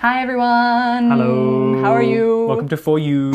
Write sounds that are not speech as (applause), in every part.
Hi everyone. Hello. How are you? Welcome to (laughs) For You.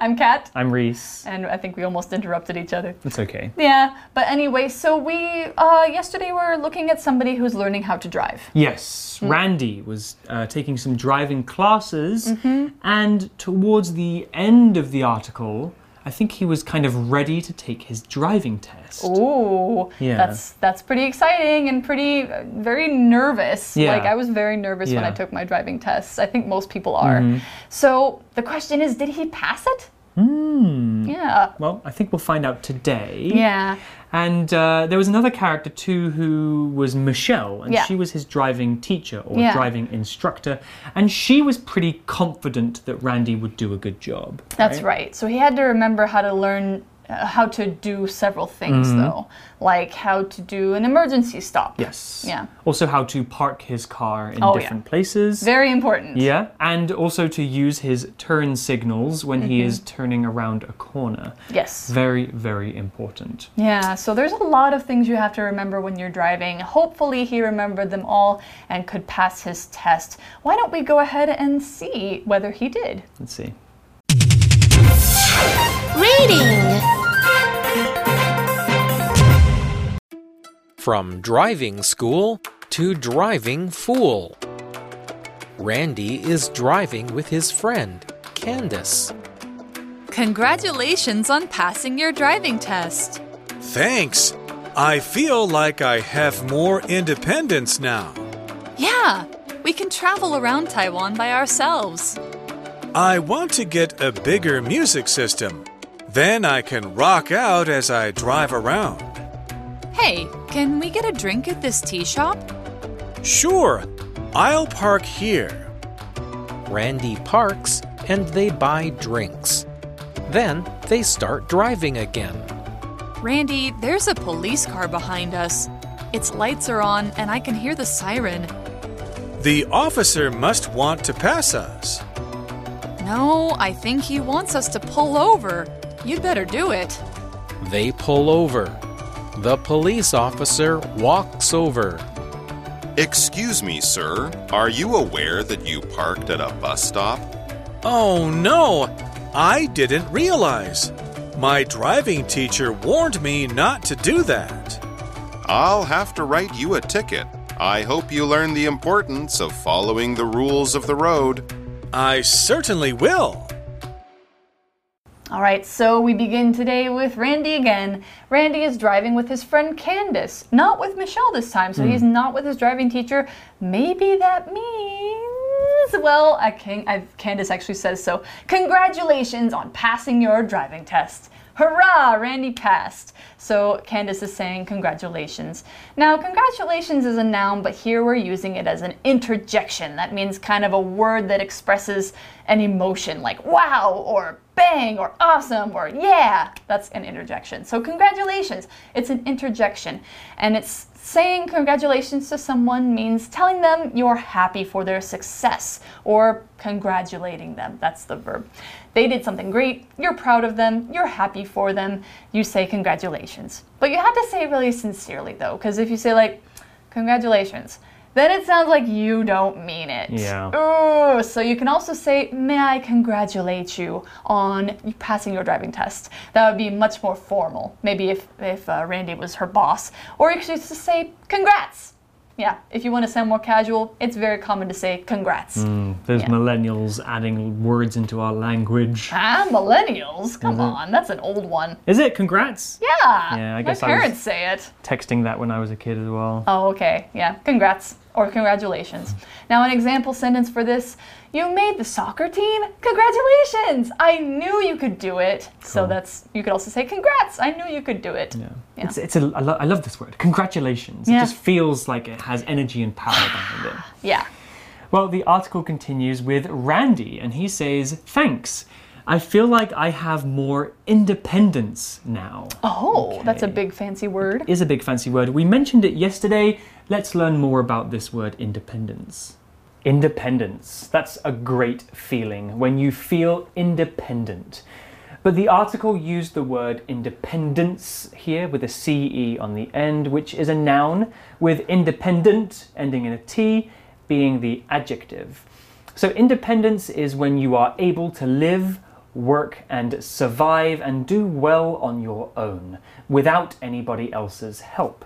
I'm Kat, I'm Reese. and I think we almost interrupted each other. It's okay. Yeah, but anyway, so we uh, yesterday were looking at somebody who's learning how to drive. Yes, Mm. Randy was uh, taking some driving classes, Mm-hmm. and towards the end of the article, I think he was kind of ready to take his driving test. Oh. Ooh, Yeah. that's that's pretty exciting and pretty uh, very nervous. Yeah. Like I was very nervous when I Yeah. Mm-hmm. took my driving tests. I think most people are. So the question is, did he pass it? Hmm. Mm. Yeah. Well, I think we'll find out today. Yeah. And uh, there was another character too who was Michelle, and Yeah. she was his driving teacher or Yeah. driving instructor, and she was pretty confident that Randy would do a good job. That's right. So he had to remember how to learn uh, how to do several things, Mm-hmm. though, like how to do an emergency stop. Yes. Yeah. Also, how to park his car in Oh, yeah. different places. Very important. yeah, and also to use his turn signals when he is turning around a corner. Mm-hmm. Yes. Very, very important. Yeah. So there's a lot of things you have to remember when you're driving. Hopefully, he remembered them all and could pass his test. Why don't we go ahead and see whether he did? Let's see. Reading. From driving school to driving fool. Randy is driving with his friend, Candace. Congratulations on passing your driving test. Thanks. I feel like I have more independence now. Yeah, we can travel around Taiwan by ourselves. I want to get a bigger music system. Then I can rock out as I drive around. Hey, can we get a drink at this tea shop? Sure, I'll park here. Randy parks and they buy drinks. Then they start driving again. Randy, there's a police car behind us. Its lights are on and I can hear the siren. The officer must want to pass us. No, I think he wants us to pull over. You'd better do it. They pull over. The police officer walks over. Excuse me, sir. Are you aware that you parked at a bus stop? Oh no, I didn't realize. My driving teacher warned me not to do that. I'll have to write you a ticket. I hope you learn the importance of following the rules of the road. I certainly will. All right, so we begin today with Randy again. Randy is driving with his friend Candace, not with Michelle this time, so he's not with his driving teacher. Maybe that means, well, I can, i Candace actually says so. Congratulations on passing your driving test. Hurrah, Randy passed. So Candace is saying congratulations. Now, congratulations is a noun, but here we're using it as an interjection. That means kind of a word that expresses an emotion like wow or bang or awesome or yeah. That's an interjection. So congratulations, it's an interjection. And it's saying congratulations to someone means telling them you're happy for their success or congratulating them. That's the verb. They did something great, you're proud of them, you're happy for them, you say congratulations. But you have to say it really sincerely though, because if you say like, congratulations, then it sounds like you don't mean it. Yeah. Ooh, so you can also say, may I congratulate you on passing your driving test. That would be much more formal. Maybe if, if uh, Randy was her boss. Or you could just say, congrats. Yeah, if you want to sound more casual, it's very common to say congrats. Those millennials adding words into our language. Ah, millennials, come on, that's an old one. Is it? Congrats. Yeah, Mm-hmm. Yeah, my I guess I was- parents say it. Texting that when I was a kid as well. Oh, okay, yeah, congrats or congratulations. Now, an example sentence for this you made the soccer team? Congratulations! I knew you could do it. So that's, you could also say, congrats, I knew you could do it. Yeah. It's, it's a, I, lo- I love this word. Congratulations. Yeah. It just feels like it has energy and power behind it. Yeah. Well, the article continues with Randy, and he says, Thanks. I feel like I have more independence now. Oh, that's a big fancy word. Is a big fancy word. We mentioned it yesterday. Let's learn more about this word independence. Independence. That's a great feeling when you feel independent. But the article used the word independence here with a CE on the end, which is a noun, with independent ending in a T being the adjective. So, independence is when you are able to live, work, and survive and do well on your own without anybody else's help.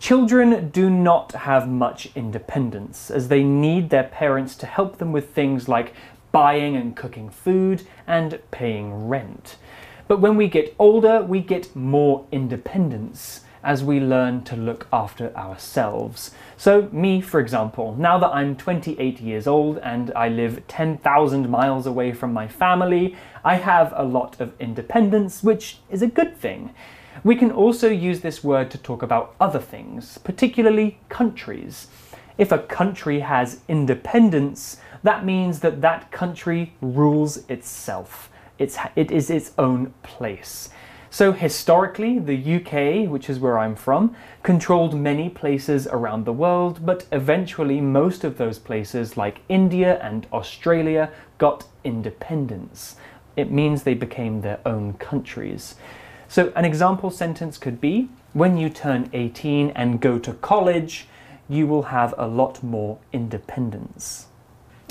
Children do not have much independence as they need their parents to help them with things like buying and cooking food and paying rent. But when we get older, we get more independence as we learn to look after ourselves. So, me, for example, now that I'm 28 years old and I live 10,000 miles away from my family, I have a lot of independence, which is a good thing. We can also use this word to talk about other things, particularly countries. If a country has independence, that means that that country rules itself. It's, it is its own place. So, historically, the UK, which is where I'm from, controlled many places around the world, but eventually, most of those places, like India and Australia, got independence. It means they became their own countries. So, an example sentence could be When you turn 18 and go to college, you will have a lot more independence.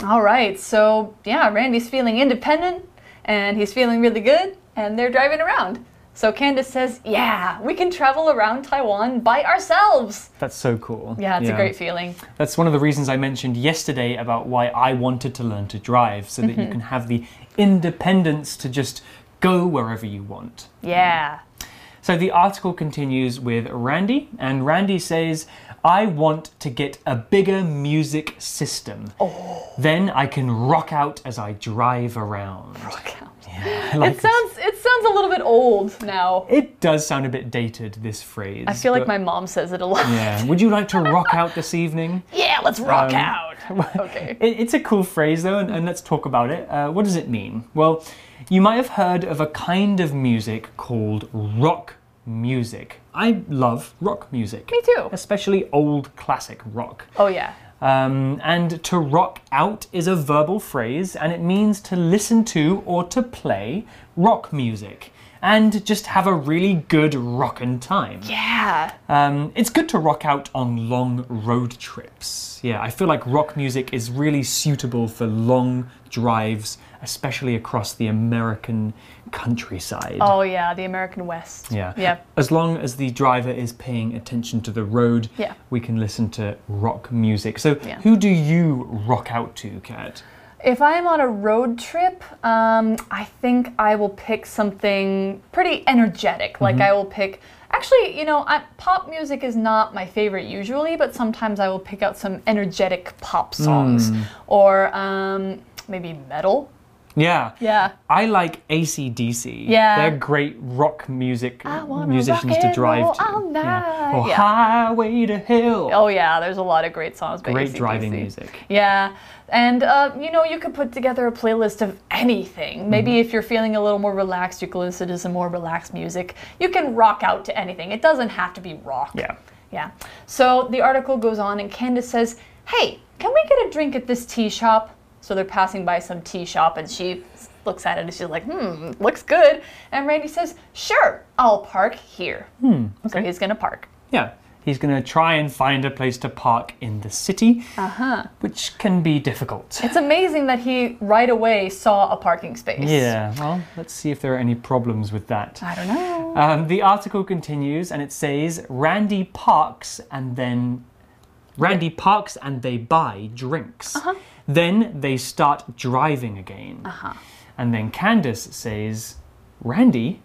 All right, so yeah, Randy's feeling independent and he's feeling really good, and they're driving around. So Candace says, Yeah, we can travel around Taiwan by ourselves. That's so cool. Yeah, it's a great feeling. That's one of the reasons I mentioned yesterday about why I wanted to learn to drive, so that Mm-hmm. you can have the independence to just go wherever you want. Yeah. So the article continues with Randy, and Randy says, I want to get a bigger music system. Oh. Then I can rock out as I drive around. Look out. I like It sounds it sounds a little bit old now. this. It does sound a bit dated, this phrase. I feel like my mom says it a lot. (laughs) Yeah. Would you like to rock out this evening? Yeah, let's rock Um, (laughs) out. Okay. It, it's a cool phrase, though, and, and let's talk about it. Uh, what does it mean? Well, you might have heard of a kind of music called rock music. I love rock music. Me too. Especially old classic rock. Oh yeah. Um, and to rock out is a verbal phrase, and it means to listen to or to play rock music and just have a really good rockin' time. Yeah. Um, it's good to rock out on long road trips. Yeah, I feel like rock music is really suitable for long drives, especially across the American countryside. Oh yeah, the American West. Yeah. Yeah. As long as the driver is paying attention to the road, Yeah. we can listen to rock music. So, Yeah. who do you rock out to, Kat? If I'm on a road trip, um, I think I will pick something pretty energetic. Mm-hmm. Like I will pick. Actually, you know, I, pop music is not my favorite usually, but sometimes I will pick out some energetic pop songs Mm. or um, maybe metal. Yeah. Yeah. I like ACDC. Yeah. They're great rock music wanna musicians rock to and drive roll to. all Yeah. night. Or Yeah. Highway to Hell. Oh yeah, there's a lot of great songs. by Great AC/DC. driving music. Yeah, and uh, you know you could put together a playlist of anything. Maybe Mm-hmm. if you're feeling a little more relaxed, you can listen to some more relaxed music. You can rock out to anything. It doesn't have to be rock. Yeah. Yeah. So the article goes on, and Candace says, "Hey, can we get a drink at this tea shop?" So they're passing by some tea shop, and she s- looks at it and she's like, "Hmm, looks good." And Randy says, "Sure, I'll park here." Hmm. So he's gonna park. Yeah. He's going to try and find a place to park in the city, which can be difficult. It's amazing that he right away saw a parking space. Yeah, well, let's see if there are any problems with that. I don't know. Um, the article continues and it says Randy parks and then Randy parks and they buy drinks. Then they start driving again. And then Candace says, Randy,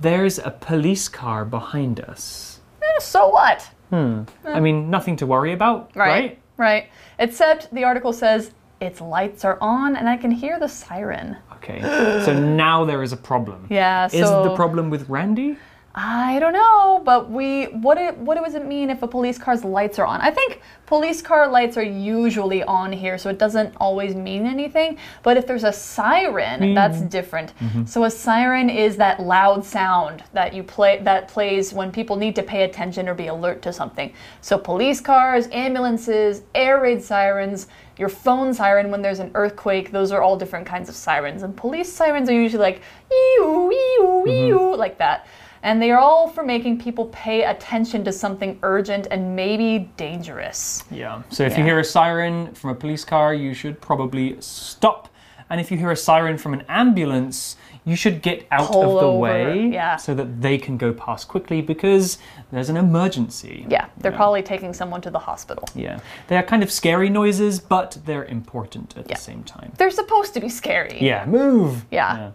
there's a police car behind us. So what? I mean, nothing to worry about, right? Right. Right. Except the article says its lights are on and I can hear the siren. Okay. So now there is a problem. Yeah, Is the so- problem with Randy? I don't know, but we what it what does it mean if a police car's lights are on? I think police car lights are usually on here, so it doesn't always mean anything. But if there's a siren, that's different. So a siren is that loud sound that you play that plays when people need to pay attention or be alert to something. So police cars, ambulances, air raid sirens, your phone siren when there's an earthquake, those are all different kinds of sirens. And police sirens are usually like ew, ew, ew, like that. and they are all for making people pay attention to something urgent and maybe dangerous. Yeah. So if you hear a siren from a police car, you should probably stop. And if you hear a siren from an ambulance, you should get out Pull of the over, way yeah. so that they can go past quickly because there's an emergency. Yeah, they're probably taking someone to the hospital. Yeah. They are kind of scary noises, but they're important at the same time. They're supposed to be scary. Yeah, move. Yeah.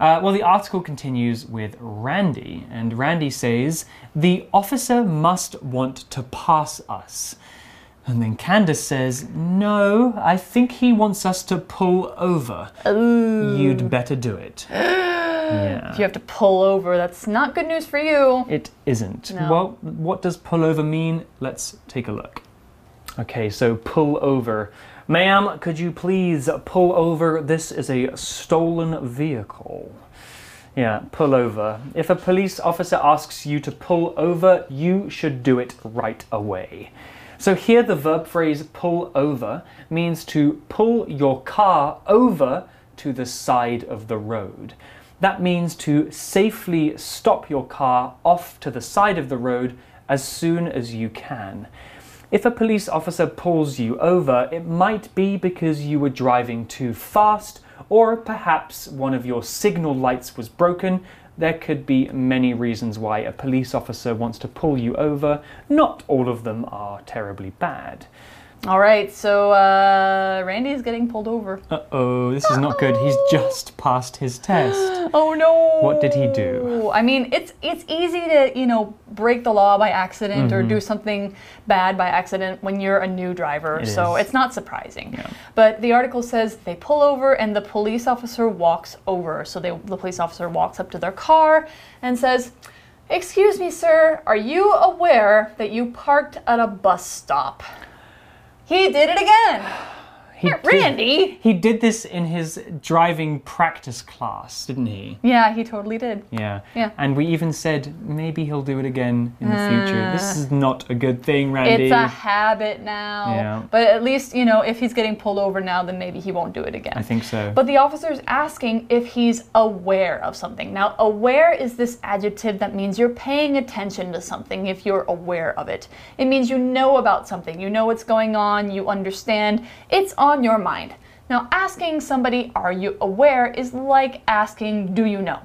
Uh, well, the article continues with Randy, and Randy says, The officer must want to pass us. And then Candace says, No, I think he wants us to pull over. You'd better do it. If you have to pull over, that's not good news for you. It isn't. Well, what does pull over mean? Let's take a look. Okay, so pull over. Ma'am, could you please pull over? This is a stolen vehicle. Yeah, pull over. If a police officer asks you to pull over, you should do it right away. So here the verb phrase pull over means to pull your car over to the side of the road. That means to safely stop your car off to the side of the road as soon as you can. If a police officer pulls you over, it might be because you were driving too fast, or perhaps one of your signal lights was broken. There could be many reasons why a police officer wants to pull you over. Not all of them are terribly bad. All right, so uh, Randy's getting pulled over. Uh oh, this is not good. He's just passed his test. Oh no! What did he do? I mean, it's it's easy to you know break the law by accident Mm-hmm. or do something bad by accident when you're a new driver. It so is. it's not surprising. But the article says they pull over and the police officer walks over. So they, the police officer walks up to their car and says. Excuse me, sir, are you aware that you parked at a bus stop? He did it again! (gasps) He Randy! He did this in his driving practice class, didn't he? Yeah, he totally did. Yeah. Yeah. And we even said maybe he'll do it again in the future. This is not a good thing, Randy. Ah. It's a habit now. Yeah. But at least, you know, if he's getting pulled over now, then maybe he won't do it again. I think so. But the officer's asking if he's aware of something. Now, aware is this adjective that means you're paying attention to something if you're aware of it. It means you know about something, you know what's going on, you understand, it's on your mind. Now, asking somebody, are you aware, is like asking, do you know?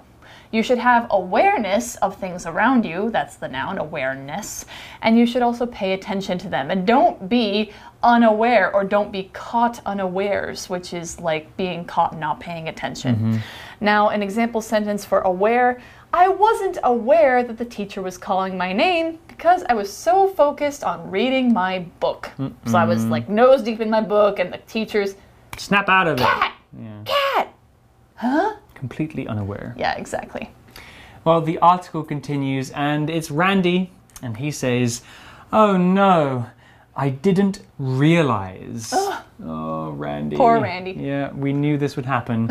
You should have awareness of things around you. That's the noun, awareness. And you should also pay attention to them. And don't be unaware or don't be caught unawares, which is like being caught not paying attention. Mm-hmm. Now, an example sentence for aware I wasn't aware that the teacher was calling my name because I was so focused on reading my book. So I was Mm-hmm. like nose deep in my book, and the teacher's Snap out of it. cat. Completely unaware. Yeah, exactly. Well, the article continues, and it's Randy, and he says, Oh no, I didn't realize. oh, Randy. Poor Randy. Yeah, we knew this (laughs) would happen.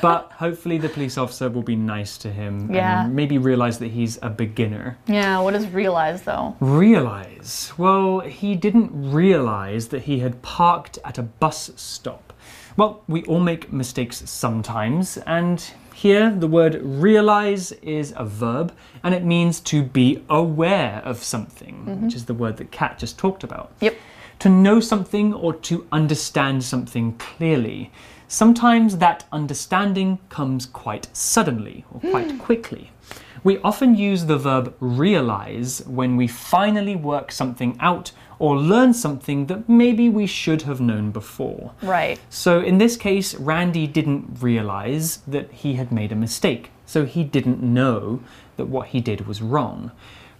but hopefully, the police officer will be nice to him Yeah. and maybe realize that he's a beginner. Yeah, what is realize though? Realize? Well, he didn't realize that he had parked at a bus stop. Well, we all make mistakes sometimes, and here the word realize is a verb and it means to be aware of something, which is the word that Kat just talked about. Yep. To know something or to understand something clearly. Sometimes that understanding comes quite suddenly or quite quickly. We often use the verb realize when we finally work something out or learn something that maybe we should have known before. Right. So in this case, Randy didn't realize that he had made a mistake. So he didn't know that what he did was wrong.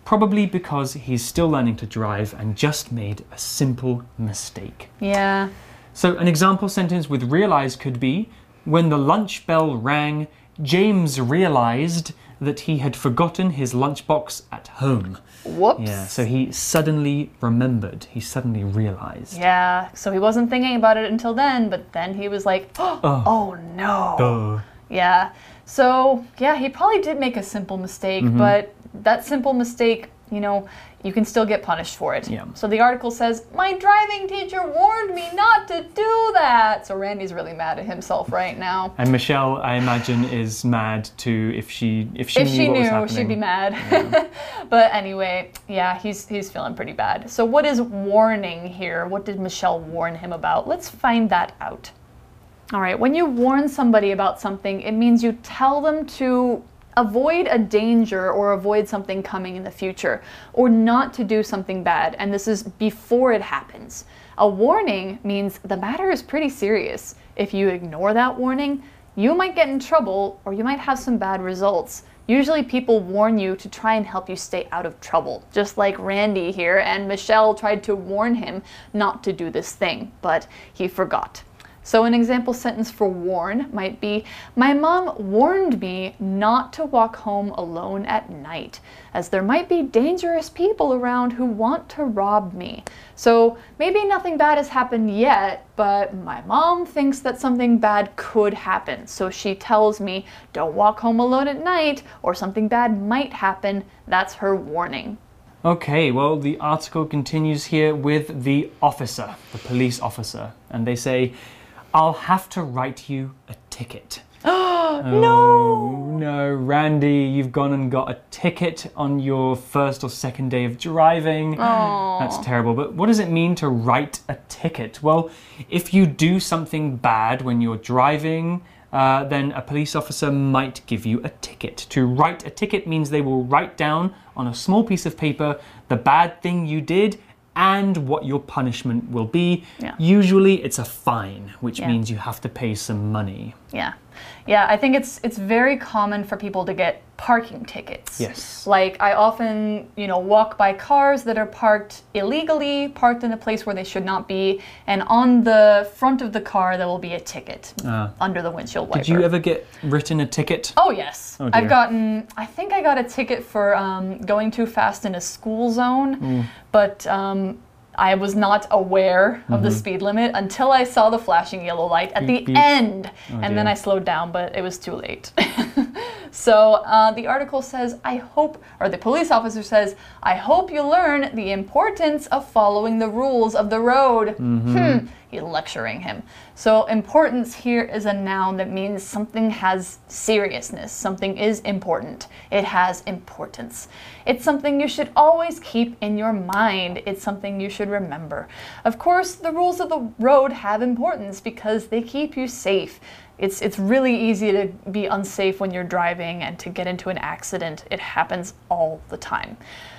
Probably because he's still learning to drive and just made a simple mistake. Yeah. So an example sentence with realize could be When the lunch bell rang, James realized that he had forgotten his lunchbox at home. Whoops. Yeah, so he suddenly remembered, he suddenly realized. Yeah, so he wasn't thinking about it until then, but then he was like, (gasps) oh, no. Duh. Mm-hmm. Yeah. So, yeah, he probably did make a simple mistake, but that simple mistake you know, you can still get punished for it. Yeah. So the article says, My driving teacher warned me not to do that. So Randy's really mad at himself right now. And Michelle, I imagine, is mad too. If she if she If knew she what was knew, happening, she'd be mad. (laughs) but anyway, yeah, he's he's feeling pretty bad. So what is warning here? What did Michelle warn him about? Let's find that out. All right, when you warn somebody about something, it means you tell them to avoid a danger or avoid something coming in the future or not to do something bad, and this is before it happens. A warning means the matter is pretty serious. If you ignore that warning, you might get in trouble or you might have some bad results. Usually, people warn you to try and help you stay out of trouble, just like Randy here, and Michelle tried to warn him not to do this thing, but he forgot. So, an example sentence for warn might be My mom warned me not to walk home alone at night, as there might be dangerous people around who want to rob me. So, maybe nothing bad has happened yet, but my mom thinks that something bad could happen. So, she tells me, Don't walk home alone at night, or something bad might happen. That's her warning. Okay, well, the article continues here with the officer, the police officer, and they say, I'll have to write you a ticket. no! No, Randy, you've gone and got a ticket on your first or second day of driving. That's terrible. But what does it mean to write a ticket? Well, if you do something bad when you're driving, uh, then a police officer might give you a ticket. To write a ticket means they will write down on a small piece of paper the bad thing you did and what your punishment will be. Yeah. Usually it's a fine, which Yeah. means you have to pay some money. Yeah. Yeah, I think it's it's very common for people to get parking tickets. Yes. Like I often, you know, walk by cars that are parked illegally, parked in a place where they should not be, and on the front of the car there will be a ticket under the windshield wiper. Ah. Did you ever get written a ticket? Oh yes, I've dear. gotten. I think I got a ticket for um, going too fast in a school zone, but um, I was not aware of the speed limit until I saw the flashing yellow light at the Mm-hmm. beep. Oh, end, and then dear. I slowed down, but it was too late. (laughs) so uh, the article says, "I hope," or the police officer says, "I hope you learn the importance of following the rules of the road." Hmm. He's lecturing him. So, importance here is a noun that means something has seriousness, something is important. It has importance. It's something you should always keep in your mind, it's something you should remember. Of course, the rules of the road have importance because they keep you safe. It's, it's really easy to be unsafe when you're driving and to get into an accident. It happens all the time.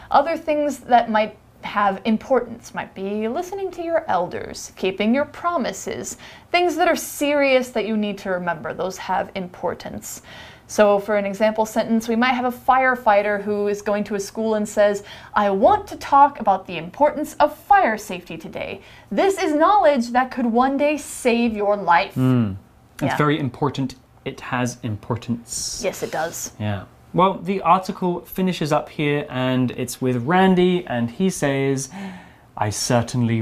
Other things that might have importance might be listening to your elders, keeping your promises, things that are serious that you need to remember. Those have importance. So, for an example sentence, we might have a firefighter who is going to a school and says, I want to talk about the importance of fire safety today. This is knowledge that could one day save your life. It's Yeah. very important. It has importance. Yes, it does. Yeah. Well, the article finishes up here and it's with Randy, and he says, I certainly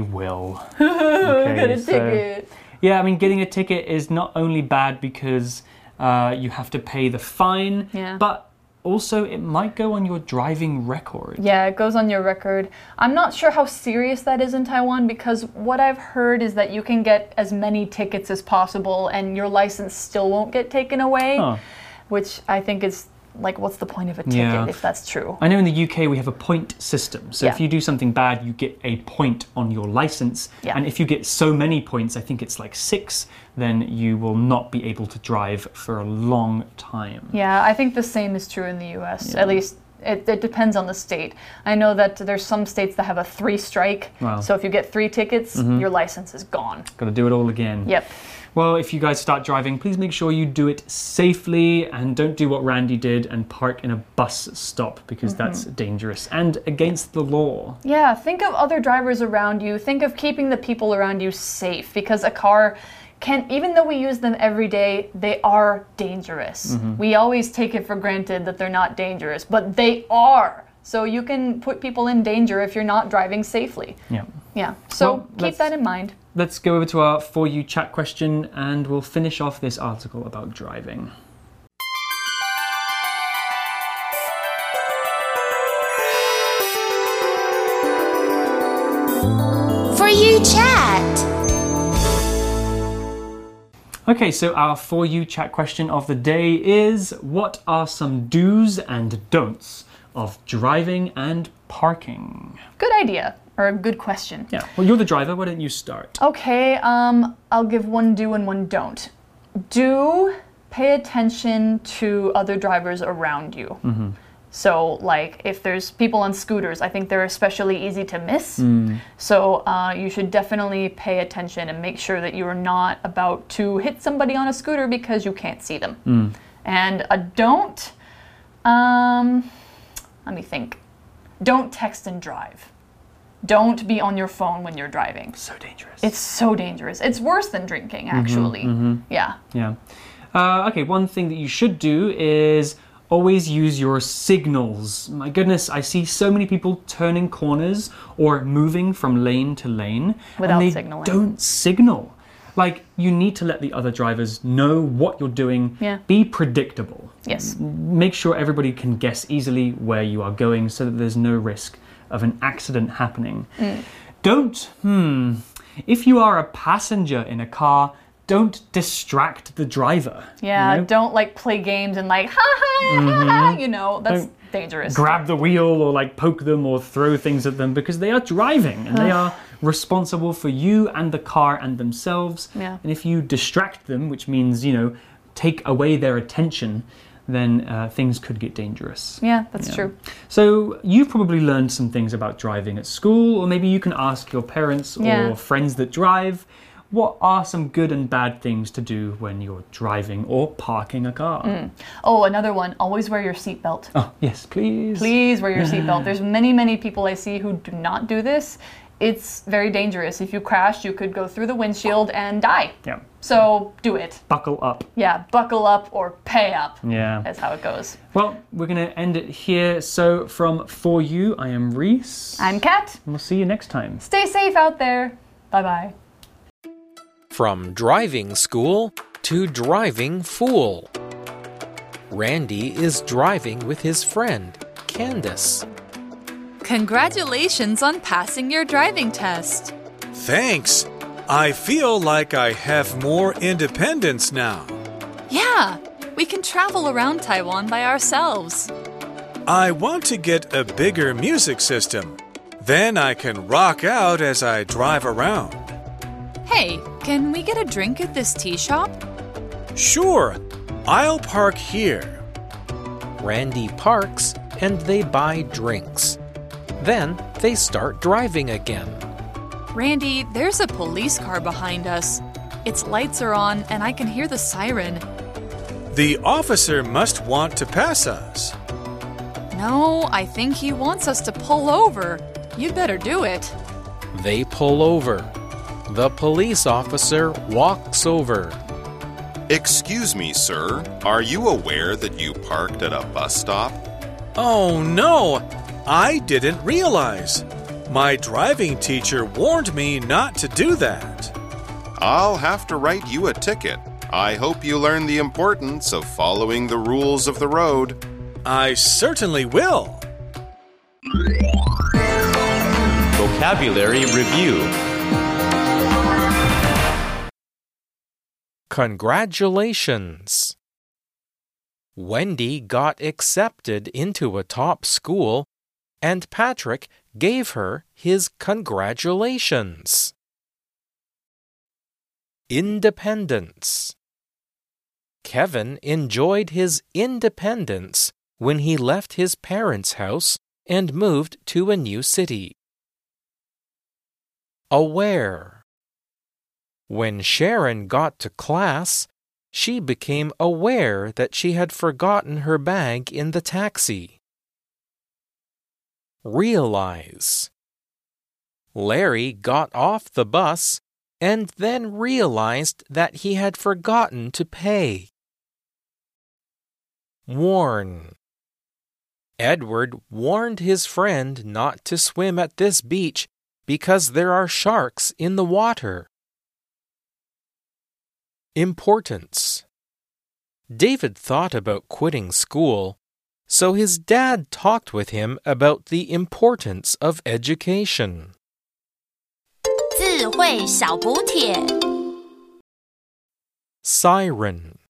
(laughs) will. okay, Got a so- ticket. Yeah, I mean, getting a ticket is not only bad because uh, you have to pay the fine, Yeah. but also it might go on your driving record. Yeah, it goes on your record. I'm not sure how serious that is in Taiwan because what I've heard is that you can get as many tickets as possible and your license still won't get taken away, Huh. which I think is like, what's the point of a ticket Yeah. if that's true? I know in the UK we have a point system. So if Yeah. you do something bad, you get a point on your license. Yeah. And if you get so many points, I think it's like six, then you will not be able to drive for a long time. Yeah, I think the same is true in the US. At least it, it depends on the state. I know that there's some states that have a three strike. Wow. Mm-hmm. So if you get three tickets, your license is gone. Got to do it all again. Yep. Well, if you guys start driving, please make sure you do it safely and don't do what Randy did and park in a bus stop because that's dangerous and against the law. Mm-hmm. Yeah, think of other drivers around you. Think of keeping the people around you safe because a car can, even though we use them every day, they are dangerous. Mm-hmm. We always take it for granted that they're not dangerous, but they are. So you can put people in danger if you're not driving safely. Yeah. Yeah, so Well, keep let's- that in mind. Let's go over to our For You chat question and we'll finish off this article about driving. For You Chat. Okay, so our For You chat question of the day is What are some do's and don'ts of driving and parking? Good idea, or a good question. Yeah, well, you're the driver, why don't you start? Oh, Okay, um, I'll give one do and one don't. Do pay attention to other drivers around you. So, like, if there's people on scooters, I think they're especially easy to miss. So, uh, you should definitely pay attention and make sure that you are not about to hit somebody on a scooter because you can't see them. And a don't, um, let me think. Don't text and drive. Don't be on your phone when you're driving. So dangerous. It's so dangerous. It's worse than drinking, actually. Yeah. Yeah. Uh, okay, one thing that you should do is always use your signals. My goodness, I see so many people turning corners or moving from lane to lane Without and they signaling. Don't signal. Like you need to let the other drivers know what you're doing. Yeah. Be predictable. Yes. Make sure everybody can guess easily where you are going so that there's no risk of an accident happening. Don't, hmm, if you are a passenger in a car, don't distract the driver. you Yeah. know? Don't like play games and like (laughs) ha ha ha ha. You know that's Don't dangerous. grab the wheel or like poke them or throw things at them because they are driving and they are responsible for you and the car and themselves. Yeah. And if you distract them, which means, you know, take away their attention, then uh, things could get dangerous. yeah, that's true. So you've probably learned some things about driving at school, or maybe you can ask your parents Yeah. or friends that drive. What are some good and bad things to do when you're driving or parking a car? Oh, another one. Always wear your seatbelt. Oh, yes, please. Please wear your seatbelt. There's many, many people I see who do not do this. It's very dangerous. If you crash, you could go through the windshield and die. Yeah. So do it. Buckle up. Yeah, buckle up or pay up. Yeah. That's how it goes. Well, we're going to end it here. So, from For You, I am Reese. I'm Kat. We'll see you next time. Stay safe out there. Bye bye. From driving school to driving fool. Randy is driving with his friend, Candace. Congratulations on passing your driving test. Thanks. I feel like I have more independence now. Yeah, we can travel around Taiwan by ourselves. I want to get a bigger music system. Then I can rock out as I drive around. Hey, can we get a drink at this tea shop? Sure, I'll park here. Randy parks and they buy drinks. Then they start driving again. Randy, there's a police car behind us. Its lights are on, and I can hear the siren. The officer must want to pass us. No, I think he wants us to pull over. You'd better do it. They pull over. The police officer walks over. Excuse me, sir. Are you aware that you parked at a bus stop? Oh no, I didn't realize. My driving teacher warned me not to do that. I'll have to write you a ticket. I hope you learned the importance of following the rules of the road. I certainly will. Vocabulary Review Congratulations! Wendy got accepted into a top school, and Patrick gave her his congratulations. Independence Kevin enjoyed his independence when he left his parents' house and moved to a new city. Aware when Sharon got to class, she became aware that she had forgotten her bag in the taxi. Realize Larry got off the bus and then realized that he had forgotten to pay. Warn Edward warned his friend not to swim at this beach because there are sharks in the water. Importance David thought about quitting school, so his dad talked with him about the importance of education. 自词汇小补帖。 Siren.